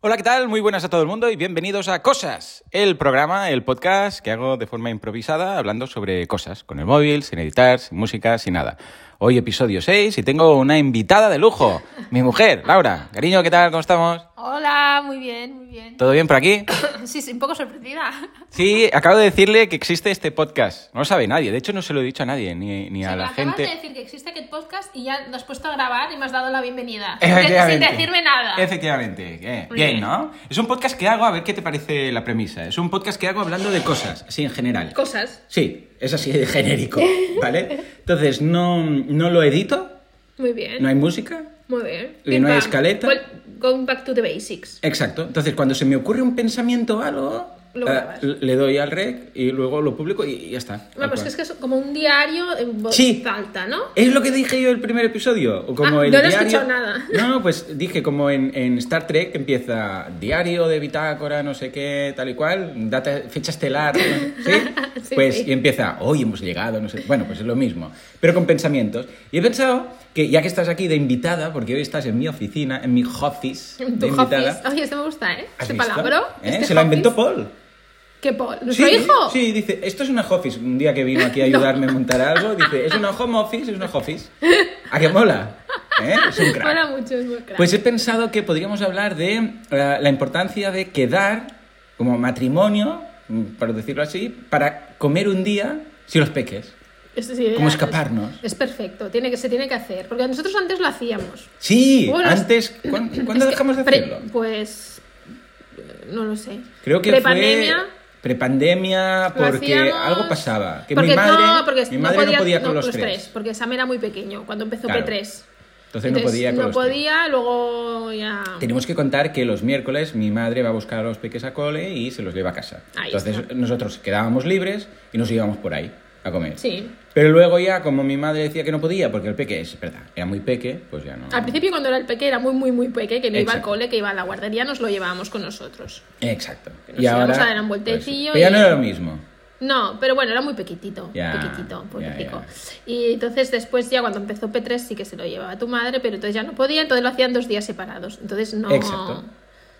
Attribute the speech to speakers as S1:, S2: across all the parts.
S1: Hola, ¿qué tal? Muy buenas a todo el mundo y bienvenidos a Cosas, el programa, el podcast que hago de forma improvisada hablando sobre cosas, con el móvil, sin editar, sin música, sin nada. Hoy episodio 6 y tengo una invitada de lujo, mi mujer, Laura. Cariño, ¿qué tal? ¿Cómo estamos?
S2: Hola, muy bien, muy bien.
S1: ¿Todo bien por aquí?
S2: Sí, sí, un poco sorprendida.
S1: Sí, acabo de decirle que existe este podcast. No lo sabe nadie, de hecho no se lo he dicho a nadie, ni, ni
S2: O
S1: a
S2: sea, me
S1: la
S2: acabas
S1: gente.
S2: de decir que existe aquest podcast y ya nos has puesto a grabar y me has dado la bienvenida. Sin
S1: Efectivamente.
S2: decirme nada.
S1: Efectivamente. Eh,
S2: Muy
S1: Bien,
S2: bien.
S1: ¿no? Es un podcast que hago, a ver qué te parece la premisa. Es un podcast que hago hablando de cosas, así en general.
S2: Cosas.
S1: Sí, es así de genérico, ¿vale? Entonces, no, no lo edito,
S2: Muy bien.
S1: no hay música.
S2: Muy bien.
S1: Y no hay
S2: Pim, pam.
S1: escaleta.
S2: Vol- Going back to the basics.
S1: Exacto. Entonces, cuando se me ocurre un pensamiento o algo,
S2: Lo
S1: eh,
S2: grabas. le
S1: le doy al rec y luego lo publico y, y ya está.
S2: Bueno,
S1: tal
S2: pues
S1: cual.
S2: es que es como un diario en voz
S1: Sí.
S2: alta, ¿no?
S1: Es lo que dije yo el primer episodio. o Como
S2: Ah,
S1: el
S2: no lo he
S1: diario-
S2: escuchado nada.
S1: No, no, pues dije como en, en Star Trek que empieza diario de bitácora, no sé qué, tal y cual, data, fecha estelar, no sé, ¿sí?
S2: Sí,
S1: pues
S2: sí.
S1: y empieza, hoy hemos llegado, no sé. Bueno, pues es lo mismo, pero con pensamientos. Y he pensado que ya que estás aquí de invitada, porque hoy estás en mi oficina, en mi office,
S2: Tu
S1: de invitada.
S2: hoffice. Oye, este me gusta, ¿eh?
S1: ¿Has
S2: Este
S1: visto?
S2: palabra.
S1: ¿Eh?
S2: Este
S1: Se la inventó
S2: hoffice.
S1: Paul.
S2: ¿Qué Paul? ¿Nuestro
S1: sí,
S2: hijo?
S1: Sí, dice, esto es una office. Un día que vino aquí a ayudarme a montar algo, dice, es una home office, es una office. ¿A qué mola? ¿Eh? Es un crack.
S2: Mola mucho, es muy crack.
S1: Pues he pensado que podríamos hablar de eh, la importancia de quedar como matrimonio, mm, por decirlo así, para comer un día sin los peques.
S2: Esto Este sí,
S1: ¿Cómo
S2: es-
S1: escaparnos?
S2: Es perfecto, tiene que, se tiene que hacer. Porque nosotros antes lo hacíamos.
S1: Sí,
S2: Bueno, es-
S1: antes, ¿cuán- ¿cuándo,
S2: Es que
S1: dejamos de
S2: pre-
S1: hacerlo?
S2: Pues eh, no lo sé.
S1: Creo que
S2: Prepandemia,
S1: fue prepandemia
S2: lo
S1: porque
S2: hacíamos-
S1: algo pasaba. Que
S2: porque
S1: mi madre,
S2: no, porque
S1: mi madre no podía, con los, tres.
S2: porque Sam era muy pequeño cuando empezó
S1: Claro.
S2: P3.
S1: Entonces, no podía con
S2: no
S1: los tres.
S2: podía, luego ya
S1: Tenemos que contar que los miércoles mi madre va a buscar a los peques a cole y se los lleva a casa.
S2: Ahí
S1: Entonces
S2: está.
S1: nosotros quedábamos libres y nos íbamos por ahí a comer.
S2: Sí.
S1: Pero luego ya, como mi madre decía que no podía, porque el peque es verdad, era muy peque, pues ya no.
S2: Al principio cuando era el peque era muy muy muy peque, que no iba al
S1: Exacto.
S2: cole, que iba a la guardería, nos lo llevábamos con nosotros.
S1: Exacto. pues
S2: Que nos íbamos a dar un voltecillo
S1: pero ya
S2: y-
S1: no era lo mismo.
S2: No, pero bueno, era muy pequitito,
S1: Ya,
S2: pequitito, pobre
S1: ya,
S2: pico. Y entonces después ya cuando empezó P3 sí que se lo llevaba tu madre, pero entonces ya no podía, entonces lo hacían dos días separados. Entonces no...
S1: Exacto.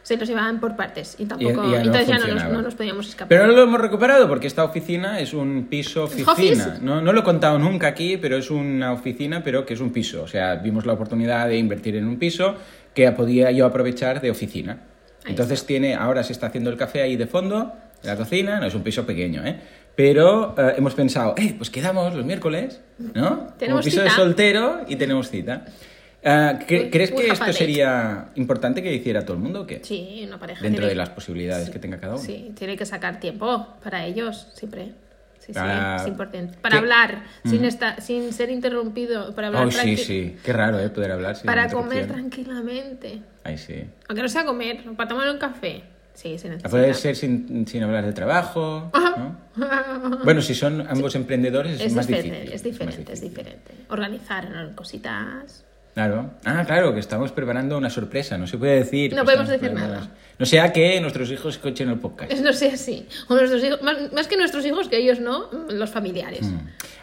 S2: Se los llevaban por partes y
S1: Y- y ya
S2: tampoco...
S1: no
S2: entonces ya no nos,
S1: funcionaba.
S2: no nos podíamos escapar.
S1: Pero ahora lo hemos recuperado porque esta oficina es un piso oficina.
S2: office.
S1: No, no lo he contado nunca aquí, pero es una oficina, pero que es un piso. O sea, vimos la oportunidad de invertir en un piso que podía yo aprovechar de oficina.
S2: Ahí
S1: Entonces tiene, ahora se está haciendo el café ahí de fondo, en la cocina, no es un piso pequeño, ¿eh? Pero eh, hemos pensado, eh, pues quedamos los miércoles, ¿no?
S2: Tenemos
S1: un piso de
S2: cita.
S1: soltero y tenemos cita. Ah, ¿cre-
S2: We-
S1: ¿Crees
S2: we
S1: que
S2: have a
S1: esto
S2: date.
S1: sería importante que hiciera todo el mundo o qué?
S2: Sí, una pareja...
S1: Dentro
S2: tiene-
S1: de las posibilidades que tenga cada uno.
S2: Sí, tiene que sacar tiempo para ellos, siempre. Sí, sí,
S1: Para-
S2: es importante. Para
S1: ¿Qué?
S2: hablar, sin, esta- sin ser interrumpido, para hablar
S1: Ay, Oh, sí,
S2: tranqui-
S1: sí. Qué raro, ¿eh? Poder hablar sin
S2: Para comer
S1: interrupción.
S2: tranquilamente.
S1: Ay, sí.
S2: Aunque no sea comer, para tomar un café. Sí, se
S1: A
S2: necesita.
S1: Poder ser sin, sin hablar de trabajo, ¿no? Bueno, si son ambos emprendedores es,
S2: es,
S1: más
S2: diferente,
S1: difícil.
S2: es diferente,
S1: más
S2: es
S1: difícil.
S2: diferente. Organizar ¿no? cositas.
S1: Claro. Ah, claro, que estamos preparando una sorpresa. No se puede decir. pues,
S2: No
S1: que
S2: podemos
S1: estamos
S2: decir
S1: preparando-
S2: nada.
S1: No sea que nuestros hijos escuchen el podcast.
S2: Es, no sé así. O nuestros hijos, más, más que nuestros hijos, que ellos no, los familiares.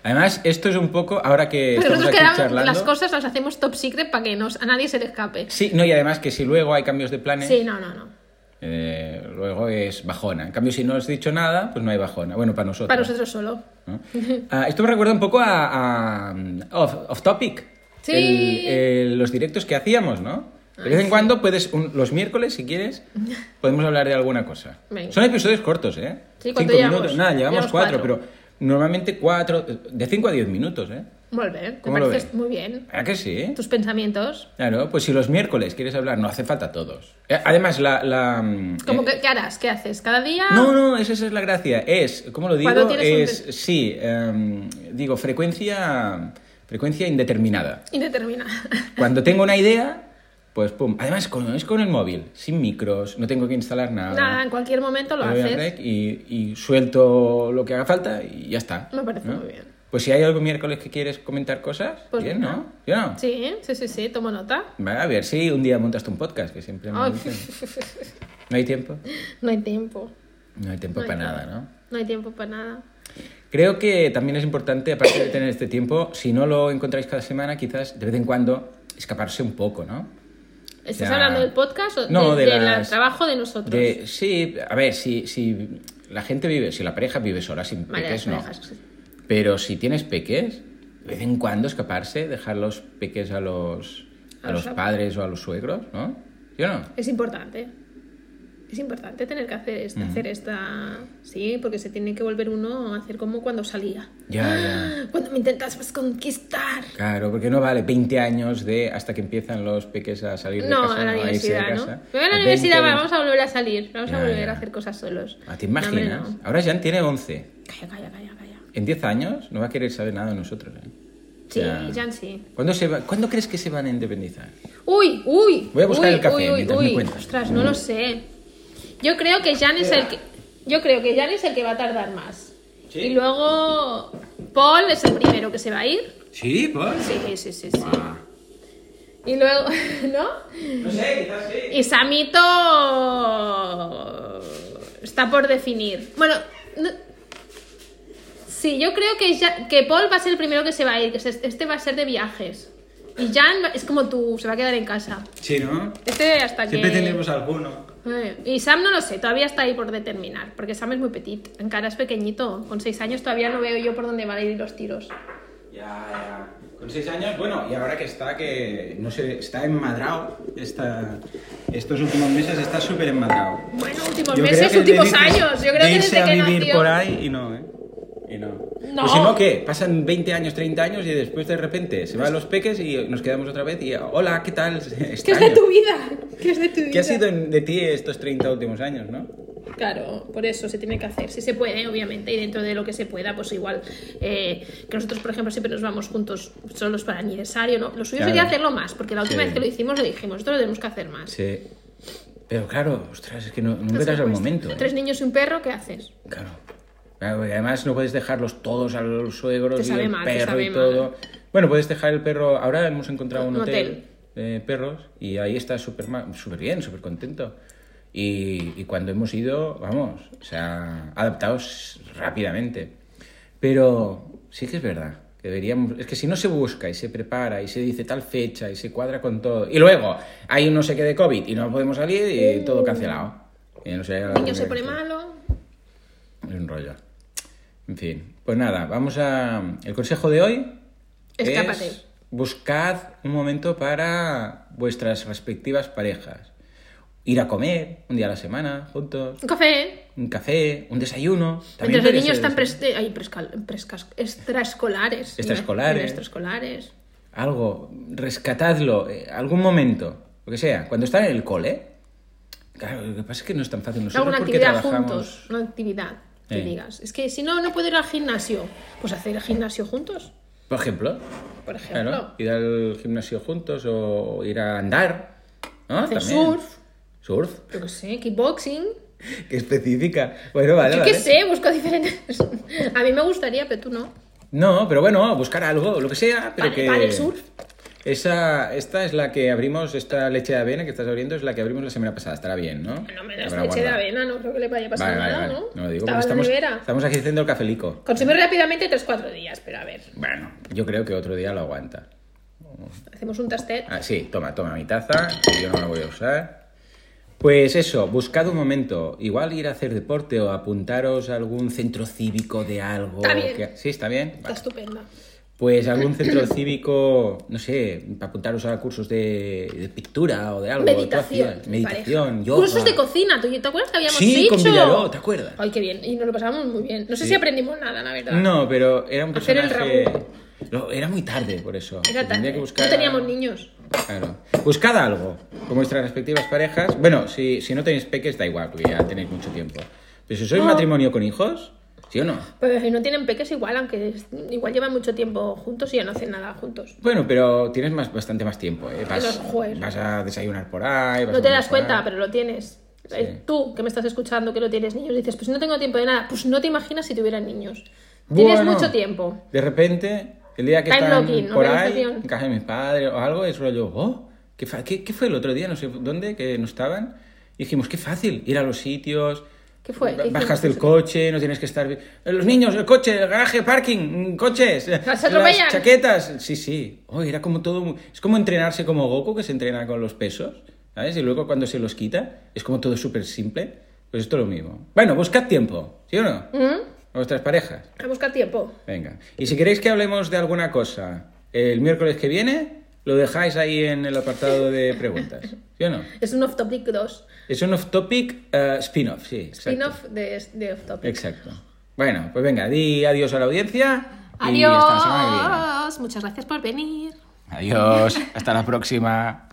S1: Además, esto es un poco, ahora que Mm.
S2: Pero
S1: estamos
S2: nosotros
S1: aquí
S2: quedamos-
S1: charlando...
S2: las cosas las hacemos top secret para que nos, a nadie se le escape.
S1: Sí, no, y además que si luego hay cambios de planes,
S2: Sí, no, no, no.
S1: eh, luego es bajona. En cambio, si no has dicho nada, pues no hay bajona. Bueno, para nosotros.
S2: Para nosotros solo.
S1: ¿no? Ah, esto me recuerda un poco a, a, um, off, Off Topic.
S2: Sí.
S1: El- el- los directos que hacíamos, ¿no? De vez en cuando puedes, un- los miércoles, si quieres, podemos hablar de alguna cosa.
S2: Venga.
S1: Son episodios cortos, ¿eh?
S2: Sí,
S1: Cinco
S2: ¿cuánto llevamos?
S1: minutos, nada, llevamos,
S2: Llevamos
S1: cuatro,
S2: cuatro.
S1: pero normalmente cuatro, de cinco a diez minutos, ¿eh?
S2: Muy bien, te
S1: ¿Cómo lo
S2: pareces
S1: ves?
S2: muy bien.
S1: ¿A que sí?
S2: Tus pensamientos.
S1: Claro, pues si los miércoles quieres hablar, no hace falta todos. Eh, Además, la... la, mm,
S2: Como
S1: eh,
S2: que, ¿Qué harás? ¿Qué haces? ¿Cada día?
S1: No, no, esa, esa es la gracia. Es, ¿cómo lo digo?
S2: Cuando tienes
S1: Es,
S2: un
S1: sí, em, digo, frecuencia, frecuencia indeterminada.
S2: Indeterminada.
S1: Cuando tengo una idea, pues pum. Además, con, es con el móvil, sin micros, no tengo que instalar nada.
S2: Nada, en cualquier momento lo
S1: Le doy al
S2: haces.
S1: rec y, y suelto lo que haga falta y ya está.
S2: Me parece muy bien.
S1: Pues si hay algo miércoles que quieres comentar cosas,
S2: Pues
S1: bien,
S2: venga.
S1: ¿no? Yo no.
S2: Sí, sí, sí, sí, tomo nota.
S1: Vale, a ver si un día montas tú un podcast, que siempre me
S2: Ay,
S1: dicen. No hay tiempo.
S2: no hay tiempo.
S1: No hay tiempo
S2: No hay
S1: para
S2: tiempo.
S1: nada, ¿no?
S2: No hay tiempo para nada.
S1: Creo que también es importante, aparte de tener este tiempo, si no lo encontráis cada semana, quizás de vez en cuando escaparse un poco, ¿no?
S2: ¿Estás
S1: Ya.
S2: hablando del podcast o
S1: No,
S2: de-
S1: de
S2: del
S1: las-
S2: trabajo de nosotros?
S1: De- sí, a ver, si, si la gente vive, si la pareja vive sola, sin
S2: Vale,
S1: peques,
S2: me
S1: no.
S2: dejas, sí.
S1: Pero si tienes peques, de vez en cuando escaparse, dejar los peques a los, a
S2: A los
S1: los
S2: ab-
S1: padres o a los suegros, ¿no? ¿Sí o no?
S2: Es importante. Es importante tener que hacer esta, hacer esta. Sí, porque se tiene que volver uno a hacer como cuando salía.
S1: Ya, ya.
S2: Cuando me intentas conquistar.
S1: Claro, porque no vale 20 años de hasta que empiezan los peques a salir de
S2: No,
S1: casa.
S2: a la
S1: irse de
S2: universidad, ¿no?
S1: casa.
S2: Pero a la
S1: 20,
S2: universidad
S1: 20.
S2: vamos a volver a salir, vamos
S1: Ya,
S2: a volver
S1: ya.
S2: a hacer cosas solos.
S1: Ah, ¿Te
S2: No, hombre,
S1: imaginas?
S2: no.
S1: Ahora Jan tiene 11.
S2: Calla, calla, calla, calla.
S1: En 10 años no va a querer saber nada de nosotros. ¿eh?
S2: Sí,
S1: Ya.
S2: Jan sí.
S1: ¿Cuándo, se va- ¿Cuándo crees que se van a independizar?
S2: Uy, uy.
S1: Voy a buscar
S2: uy,
S1: el café
S2: uy, uy,
S1: mientras me
S2: uy.
S1: cuentas. Mm.
S2: Ostras, no lo sé. Yo creo que Jan es el que. Yo creo que Jan es el que va a tardar más.
S1: ¿Sí?
S2: Y luego Paul es el primero que se va a ir.
S1: Sí, pues.
S2: Sí, sí, sí, sí. Y luego, ¿no?
S1: No sé, quizás sí.
S2: Y Samito está por definir. Bueno, no- sí, yo creo que, ya- que Paul va a ser el primero que se va a ir, que se- este va a ser de viajes. Y Jan va- es como tú, se va a quedar en casa.
S1: Sí, ¿no?
S2: Este hasta que...
S1: alguno.
S2: Eh, Y Sam no lo sé, todavía está ahí por determinar, porque Sam es muy petit, en cara es pequeñito, con 6 años todavía no veo yo por dónde van a ir los tiros.
S1: Ya, ya. Con seis años, bueno, y ahora que está, que no sé, está enmadrado. Está, estos últimos meses está súper enmadrado.
S2: Bueno, últimos meses, últimos años, yo creo que desde que
S1: a vivir
S2: nació...
S1: por ahí y no, ¿eh? Y no.
S2: No.
S1: O si no, ¿qué? Pasan 20 años, 30 años y después de repente se van los peques y nos quedamos otra vez y hola, ¿qué tal?
S2: ¿Qué
S1: Este
S2: es de
S1: año?
S2: tu vida? ¿Qué es de tu vida?
S1: ¿Qué ha sido en- de ti estos 30 últimos años, no?
S2: Claro, por eso se tiene que hacer, si se puede, obviamente, y dentro de lo que se pueda, pues igual eh, que nosotros, por ejemplo, siempre nos vamos juntos solos para aniversario, ¿no? Lo suyo
S1: Claro.
S2: sería hacerlo más, porque la última
S1: Sí.
S2: vez que lo hicimos lo dijimos, esto lo tenemos que hacer más.
S1: Sí. Pero claro, ostras, es que no-
S2: No
S1: nunca
S2: se
S1: te das el
S2: cuesta.
S1: momento. ¿eh?
S2: pues, Tres niños y un perro, ¿qué haces?
S1: Claro. Claro, porque además no puedes dejarlos todos a los suegros y
S2: Te sabe
S1: el
S2: mal, te
S1: perro
S2: sabe
S1: y todo. Bueno, puedes dejar el perro. Ahora hemos encontrado un,
S2: Un
S1: hotel,
S2: hotel.
S1: de perros y ahí está súper ma- súper bien, súper contento. Y, y cuando hemos ido, vamos, o sea, adaptados rápidamente. Pero sí que es verdad. que Deberíamos, es que si no se busca y se prepara y se dice tal fecha y se cuadra con todo. Y luego hay un no sé qué de COVID y no podemos salir y todo cancelado. Y no sé, pues,
S2: El niño se
S1: que
S2: pone
S1: hacer.
S2: malo.
S1: Es un rollo. En fin, pues nada, vamos a. El consejo de hoy.
S2: Escápate.
S1: Es buscad un momento para vuestras respectivas parejas. Ir a comer un día a la semana, juntos.
S2: Un café, ¿eh?
S1: Un café, un desayuno.
S2: Mientras los
S1: podría
S2: niños
S1: ser
S2: están
S1: desayuno.
S2: pres- ay, prescal- prescas- extraescolares.
S1: Extraescolares.
S2: Extraescolares.
S1: Algo, rescatadlo, eh, algún momento, lo que sea. Cuando están en el cole. Claro, lo que pasa es que no es tan fácil. Nosotros
S2: alguna
S1: porque
S2: actividad
S1: trabajamos-
S2: juntos, una actividad que
S1: Eh.
S2: digas. Es que si no, no puedo ir al gimnasio. Pues hacer el gimnasio juntos,
S1: Por ejemplo.
S2: por ejemplo.
S1: Claro, ir al gimnasio juntos o ir a andar. ¿no?
S2: Hacer
S1: También.
S2: surf.
S1: Surf.
S2: Yo qué sé, kickboxing.
S1: Qué específica. Bueno, vale,
S2: Yo
S1: vale.
S2: qué sé, busco diferentes. A mí me gustaría, pero tú no.
S1: No, pero bueno, buscar algo, lo que sea, pero
S2: Vale,
S1: que...
S2: vale, surf.
S1: Esa, esta es la que abrimos, esta leche de avena que estás abriendo es la que abrimos la semana pasada, estará bien, ¿no?
S2: No me
S1: La
S2: das
S1: habrá
S2: leche de
S1: guardado.
S2: avena, no creo que le vaya a pasar
S1: Vale, vale,
S2: nada,
S1: vale.
S2: ¿no?
S1: No lo digo
S2: Estaba
S1: porque
S2: en la
S1: estamos,
S2: nevera.
S1: estamos aquí haciendo el cafelico.
S2: Consume rápidamente 3-4 días, pero a ver.
S1: Bueno, yo creo que otro día lo aguanta.
S2: Hacemos un ¿eh? tastet.
S1: Ah, sí, toma, toma mi taza, que yo no la voy a usar. Pues eso, buscad un momento, igual ir a hacer deporte o apuntaros a algún centro cívico de algo.
S2: Está bien.
S1: que- Sí, está bien.
S2: Está estupenda.
S1: Pues algún centro cívico, no sé, para apuntaros a cursos de, de pintura o de algo.
S2: Meditación.
S1: tú hacías, meditación,
S2: pareja.
S1: yoga.
S2: Cursos de cocina. ¿Tú, ¿Te acuerdas que habíamos
S1: Sí,
S2: dicho?
S1: con Villaró, ¿te acuerdas?
S2: Ay, qué bien. Y nos lo pasábamos muy bien. No sé
S1: Sí.
S2: si aprendimos nada, la verdad.
S1: No, pero era un
S2: Hacer el
S1: personaje...
S2: rabo.
S1: No, era muy tarde por eso.
S2: Era
S1: Tendría
S2: tarde.
S1: que buscar-
S2: No teníamos niños.
S1: Claro. Buscad algo con vuestras respectivas parejas. Bueno, si, si no tenéis peques, da igual, porque ya tenéis mucho tiempo. Pero si sois
S2: No.
S1: matrimonio con hijos, ¿sí o no?
S2: Pues si no tienen peques igual, aunque es- igual llevan mucho tiempo juntos y ya no hacen nada juntos.
S1: Bueno, pero tienes más, bastante más tiempo, ¿eh?
S2: los
S1: Vas,
S2: juegos.
S1: vas a desayunar por ahí... vas
S2: No
S1: a
S2: te das
S1: almorzar.
S2: cuenta, pero lo tienes. Eh, Tú, que me estás escuchando, que lo tienes niños, dices, pues no tengo tiempo de nada. Pues no te imaginas si tuvieran niños. Tienes
S1: Bueno.
S2: mucho tiempo.
S1: De repente, el día que
S2: Time
S1: están
S2: blocking,
S1: por ahí,
S2: organización.
S1: en casa de mis padres o algo, es rollo, oh, ¿qué, fa- qué, qué fue el otro día? No sé dónde, que no estaban. Y dijimos, qué fácil, ir a los sitios.
S2: ¿Qué fue?
S1: ba-
S2: ¿Qué
S1: Bajas
S2: hicimos?
S1: del coche, no tienes que estar... eh, Los niños, el coche, el garaje, parking, mm, coches, eh,
S2: Las atropellan.
S1: chaquetas. Sí, sí. Oh, era como todo... mu- Es como entrenarse como Goku, que se entrena con los pesos. ¿Sabes? Y luego cuando se los quita, es como todo súper simple. Pues esto es lo mismo. Bueno, buscad tiempo, ¿sí o no?
S2: Mm.
S1: Vuestras parejas.
S2: A buscar tiempo.
S1: Venga. Y si queréis que hablemos de alguna cosa el miércoles que viene, lo dejáis ahí en el apartado de preguntas. ¿Sí o no?
S2: Es un off-topic 2.
S1: Es un off-topic eh, spin-off, sí. exacto.
S2: Spin-off de, de off-topic.
S1: Exacto. Bueno, pues venga, di adiós a la audiencia. Y hasta la semana que viene.
S2: Adiós. Muchas gracias por venir.
S1: Adiós. Hasta la próxima.